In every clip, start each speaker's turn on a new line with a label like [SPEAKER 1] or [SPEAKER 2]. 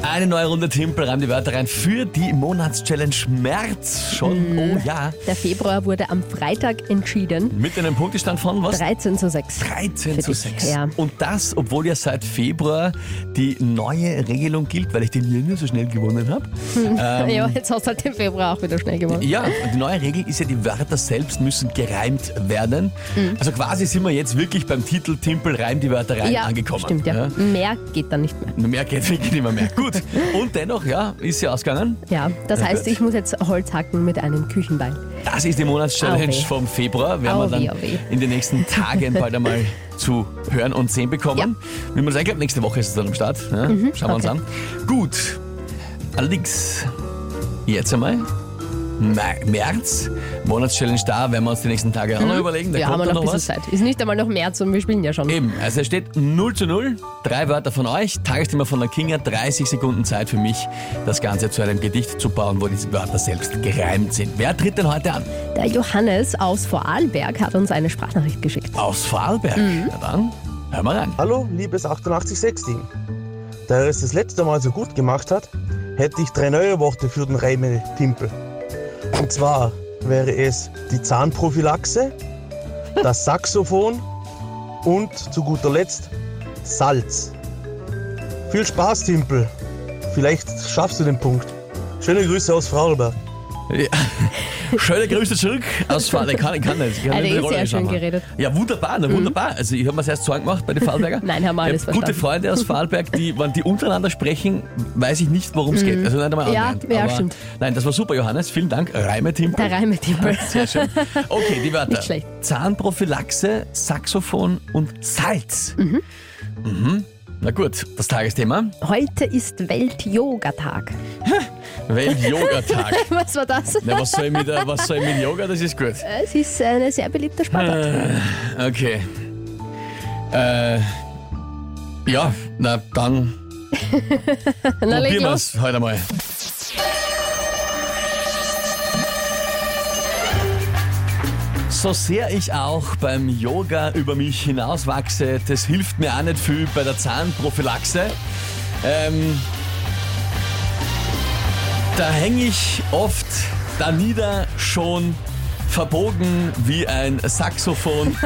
[SPEAKER 1] Eine neue Runde Timpel, reim die Wörter rein für die Monatschallenge März schon.
[SPEAKER 2] Mhm.
[SPEAKER 1] Oh ja.
[SPEAKER 2] Der Februar wurde am Freitag entschieden.
[SPEAKER 1] Mit einem Punktestand von was?
[SPEAKER 2] 13 zu 6.
[SPEAKER 1] 13
[SPEAKER 2] Für
[SPEAKER 1] zu
[SPEAKER 2] dich,
[SPEAKER 1] 6.
[SPEAKER 2] ja.
[SPEAKER 1] Und das, obwohl ja seit Februar die neue Regelung gilt, weil ich den Jünger so schnell gewonnen habe. Ähm,
[SPEAKER 2] ja, jetzt hast du halt den Februar auch wieder schnell gewonnen.
[SPEAKER 1] Ja, und die neue Regel ist ja, die Wörter selbst müssen gereimt werden.
[SPEAKER 2] Mhm.
[SPEAKER 1] Also quasi sind wir jetzt wirklich beim Titel Timpel reimt die Wörter rein angekommen.
[SPEAKER 2] stimmt, ja.
[SPEAKER 1] Ja.
[SPEAKER 2] Mehr geht dann nicht mehr.
[SPEAKER 1] Mehr geht wirklich nicht mehr. mehr. Gut, und dennoch, ja, ist sie ausgegangen.
[SPEAKER 2] Ja, das
[SPEAKER 1] Na
[SPEAKER 2] heißt,
[SPEAKER 1] gut.
[SPEAKER 2] ich muss jetzt Holz hacken mit einem Küchenbeil.
[SPEAKER 1] Das ist die Monatschallenge
[SPEAKER 2] Auweh.
[SPEAKER 1] vom Februar. Werden wir
[SPEAKER 2] Auweh,
[SPEAKER 1] dann
[SPEAKER 2] auweh.
[SPEAKER 1] in den nächsten Tagen bald einmal zu hören und sehen bekommen. Wie man es einklappt, nächste Woche ist es dann am Start. Ja, schauen wir uns
[SPEAKER 2] Mhm. okay.
[SPEAKER 1] an. Gut, allerdings jetzt einmal. Mä- März, Monatschallenge da, werden wir uns die nächsten Tage auch noch überlegen. Da
[SPEAKER 2] ja, haben
[SPEAKER 1] kommt
[SPEAKER 2] Mhm. wir
[SPEAKER 1] dann
[SPEAKER 2] noch ein
[SPEAKER 1] noch
[SPEAKER 2] bisschen
[SPEAKER 1] was.
[SPEAKER 2] Zeit. Ist nicht einmal noch März und wir spielen ja schon.
[SPEAKER 1] Eben, also es steht 0 zu 0, drei Wörter von euch, Tagesthema von der Kinga, 30 Sekunden Zeit für mich, das Ganze zu einem Gedicht zu bauen, wo diese Wörter selbst gereimt sind. Wer tritt denn heute an?
[SPEAKER 2] Der Johannes aus Vorarlberg hat uns eine Sprachnachricht geschickt.
[SPEAKER 1] Aus Vorarlberg.
[SPEAKER 2] Mhm.
[SPEAKER 1] Na dann, hör mal rein.
[SPEAKER 3] Hallo, liebes 886-Team. Da er es das letzte Mal so gut gemacht hat, hätte ich drei neue Worte für den Reime Timpel. Und zwar wäre es die Zahnprophylaxe, das Saxophon und zu guter Letzt Salz. Viel Spaß, Timpel. Vielleicht schaffst du den Punkt. Schöne Grüße aus Fraulberg.
[SPEAKER 1] Schöne Grüße zurück aus Vorarlberg. Kann, kann nicht. Kann
[SPEAKER 2] Alter,
[SPEAKER 1] nicht
[SPEAKER 2] eh
[SPEAKER 1] die Rolle
[SPEAKER 2] sehr schön
[SPEAKER 1] einschlafen.
[SPEAKER 2] geredet. Mhm.
[SPEAKER 1] Ja, wunderbar, na, wunderbar. Also ich habe mir erst Sorgen gemacht bei den Vorarlberger.
[SPEAKER 2] Nein, haben wir
[SPEAKER 1] Ich
[SPEAKER 2] alles
[SPEAKER 1] hab Gute
[SPEAKER 2] verstanden.
[SPEAKER 1] Freunde aus Vorarlberg, die, wenn die untereinander sprechen, weiß ich nicht, worum es geht. Also nicht einmal
[SPEAKER 2] Mhm. Ja,
[SPEAKER 1] annähernd.
[SPEAKER 2] ja,
[SPEAKER 1] Aber-
[SPEAKER 2] stimmt.
[SPEAKER 1] Nein, das war super, Johannes. Vielen Dank. Reime Timpel.
[SPEAKER 2] Der Reim mit dem Ball.
[SPEAKER 1] Sehr schön. Okay, die Wörter.
[SPEAKER 2] Nicht schlecht.
[SPEAKER 1] Zahnprophylaxe, Saxophon und Salz. Mhm. Na gut, das Tagesthema.
[SPEAKER 2] Heute ist Welt-Yoga-Tag.
[SPEAKER 1] Welt-Yoga-Tag.
[SPEAKER 2] Was war das?
[SPEAKER 1] Na, was soll ich mit, der- was soll ich mit Yoga? Das ist gut.
[SPEAKER 2] Es ist eine sehr beliebte Sportart.
[SPEAKER 1] Äh, Okay. Äh, ja, na dann
[SPEAKER 2] Na,
[SPEAKER 1] probieren
[SPEAKER 2] leg
[SPEAKER 1] wir
[SPEAKER 2] los.
[SPEAKER 1] es heute mal. So sehr ich auch beim Yoga über mich hinauswachse, das hilft mir auch nicht viel bei der Zahnprophylaxe. Ähm, da hänge ich oft da nieder schon verbogen wie ein Saxophon.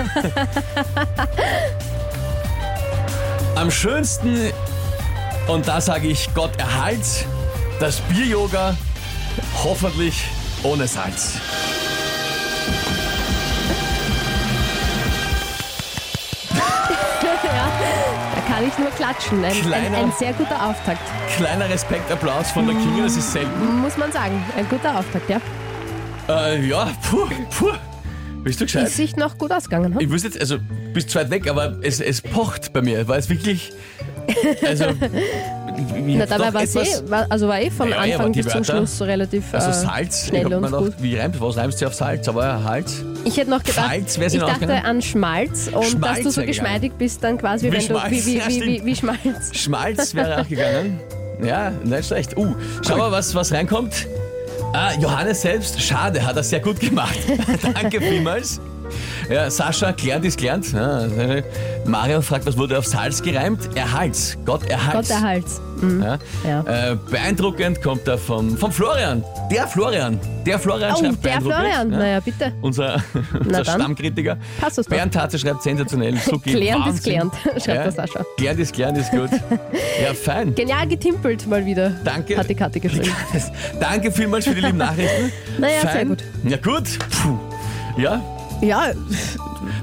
[SPEAKER 1] Am schönsten, und da sage ich Gott erhalt, das Bier-Yoga hoffentlich ohne Salz.
[SPEAKER 2] Da kann ich nur klatschen. Ein, ein,
[SPEAKER 1] Kleiner-
[SPEAKER 2] ein sehr guter Auftakt,
[SPEAKER 1] Kleiner Respektapplaus von
[SPEAKER 2] Mhm.
[SPEAKER 1] der Kinga, das ist selten.
[SPEAKER 2] muss man sagen. Ein guter Auftakt, ja.
[SPEAKER 1] Äh, ja, puh, puh. Bist du gescheit?
[SPEAKER 2] Ist sich noch gut ausgegangen. Hm?
[SPEAKER 1] Also- Ich wüsste jetzt, also, bist zu weit weg, aber es, es pocht bei mir, weil es wirklich. Also.
[SPEAKER 2] Na, dabei war es eh, war, also war eh von
[SPEAKER 1] Ja, ja, aber
[SPEAKER 2] Anfang
[SPEAKER 1] die
[SPEAKER 2] bis zum
[SPEAKER 1] Wörter-
[SPEAKER 2] Schluss relativ
[SPEAKER 1] Also
[SPEAKER 2] äh,
[SPEAKER 1] Salz, ich hab
[SPEAKER 2] schnell
[SPEAKER 1] mir
[SPEAKER 2] und
[SPEAKER 1] gedacht,
[SPEAKER 2] gut.
[SPEAKER 1] wie reimt, was reimt sie auf Salz? Aber ja, Hals.
[SPEAKER 2] Ich hätte noch gedacht,
[SPEAKER 1] Schmalz wär's
[SPEAKER 2] ich
[SPEAKER 1] Ihnen
[SPEAKER 2] dachte
[SPEAKER 1] ausgegangen?
[SPEAKER 2] an Schmalz und
[SPEAKER 1] Schmalz
[SPEAKER 2] dass du so
[SPEAKER 1] wär gegangen.
[SPEAKER 2] geschmeidig bist, dann quasi,
[SPEAKER 1] Wie
[SPEAKER 2] wenn
[SPEAKER 1] Schmalz,
[SPEAKER 2] du wie, wie,
[SPEAKER 1] ja,
[SPEAKER 2] wie, wie,
[SPEAKER 1] stimmt.
[SPEAKER 2] wie Schmalz.
[SPEAKER 1] Schmalz wäre auch gegangen. Ja, nicht schlecht. Uh, schauen wir, was, was reinkommt. Ah, Johannes selbst, schade, hat er sehr gut gemacht. Danke vielmals. Ja, Sascha, gelernt ist gelernt. Ja, sehr schön. Mario fragt, was wurde auf Salz gereimt? Erhalt. Gott erhalt.
[SPEAKER 2] Gott der Hals.
[SPEAKER 1] Ja.
[SPEAKER 2] Ja.
[SPEAKER 1] Äh, beeindruckend kommt er vom, vom Florian. Der Florian. Der Florian
[SPEAKER 2] Oh,
[SPEAKER 1] schreibt
[SPEAKER 2] der
[SPEAKER 1] beeindruckend.
[SPEAKER 2] Florian.
[SPEAKER 1] Ja.
[SPEAKER 2] Naja, bitte.
[SPEAKER 1] Unser, unser
[SPEAKER 2] dann.
[SPEAKER 1] Stammkritiker.
[SPEAKER 2] Passt das doch.
[SPEAKER 1] Bernd Tatze schreibt sensationell. So geht
[SPEAKER 2] Gelernt ist
[SPEAKER 1] Wahnsinn.
[SPEAKER 2] gelernt, schreibt der Sascha.
[SPEAKER 1] Gelernt ist gelernt, ist gut. ja, fein.
[SPEAKER 2] Genial getimpelt mal wieder.
[SPEAKER 1] Danke.
[SPEAKER 2] Hat die Karte geschrieben.
[SPEAKER 1] Danke vielmals für die lieben Nachrichten.
[SPEAKER 2] Naja, sehr
[SPEAKER 1] Fein.
[SPEAKER 2] gut.
[SPEAKER 1] Ja, gut. Puh. Ja,
[SPEAKER 2] Ja,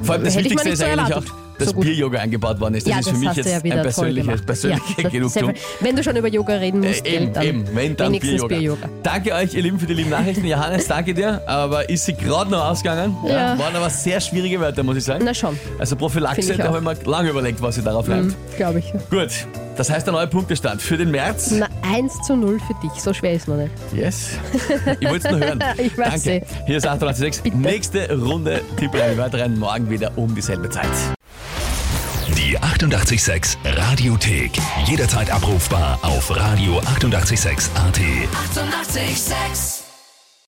[SPEAKER 1] vor allem das
[SPEAKER 2] Hätte ich mir
[SPEAKER 1] Wichtigste
[SPEAKER 2] nicht
[SPEAKER 1] ist
[SPEAKER 2] so
[SPEAKER 1] eigentlich auch,
[SPEAKER 2] erwartet.
[SPEAKER 1] dass
[SPEAKER 2] So gut.
[SPEAKER 1] Bier-Yoga eingebaut worden ist. Das
[SPEAKER 2] ja,
[SPEAKER 1] ist für mich
[SPEAKER 2] hast du
[SPEAKER 1] jetzt
[SPEAKER 2] ja wieder
[SPEAKER 1] ein
[SPEAKER 2] toll
[SPEAKER 1] persönliches,
[SPEAKER 2] gemacht.
[SPEAKER 1] persönliche
[SPEAKER 2] ja, das-
[SPEAKER 1] Genugtuung.
[SPEAKER 2] Wenn du schon über Yoga reden musst,
[SPEAKER 1] Äh, eben,
[SPEAKER 2] dann
[SPEAKER 1] eben, wenn dann
[SPEAKER 2] wenigstens
[SPEAKER 1] Bier-Yoga.
[SPEAKER 2] Bier-Yoga.
[SPEAKER 1] Danke euch, ihr Lieben, für die lieben Nachrichten. Johannes, danke dir. Aber ist sie gerade noch ausgegangen?
[SPEAKER 2] Ja.
[SPEAKER 1] Waren aber sehr schwierige Wörter, muss ich sagen.
[SPEAKER 2] Na schon.
[SPEAKER 1] Also
[SPEAKER 2] Find
[SPEAKER 1] Prophylaxe,
[SPEAKER 2] ich
[SPEAKER 1] da
[SPEAKER 2] auch. Mhm.
[SPEAKER 1] habe ich mir lange überlegt, was sie darauf reimt.
[SPEAKER 2] Glaube ich.
[SPEAKER 1] Gut, das heißt der neue Punktestand für den März.
[SPEAKER 2] Na, 1 zu 0 für dich, so schwer ist noch nicht.
[SPEAKER 1] Yes. Ich wollte es nur hören.
[SPEAKER 2] Ich weiß eh.
[SPEAKER 1] Danke. Hier ist 886. Nächste Runde. Tipp rein, weiter rein. Morgen wieder um dieselbe Zeit.
[SPEAKER 4] Die 886 Radiothek. Jederzeit abrufbar auf radio886.at. 886! 886.
[SPEAKER 5] 886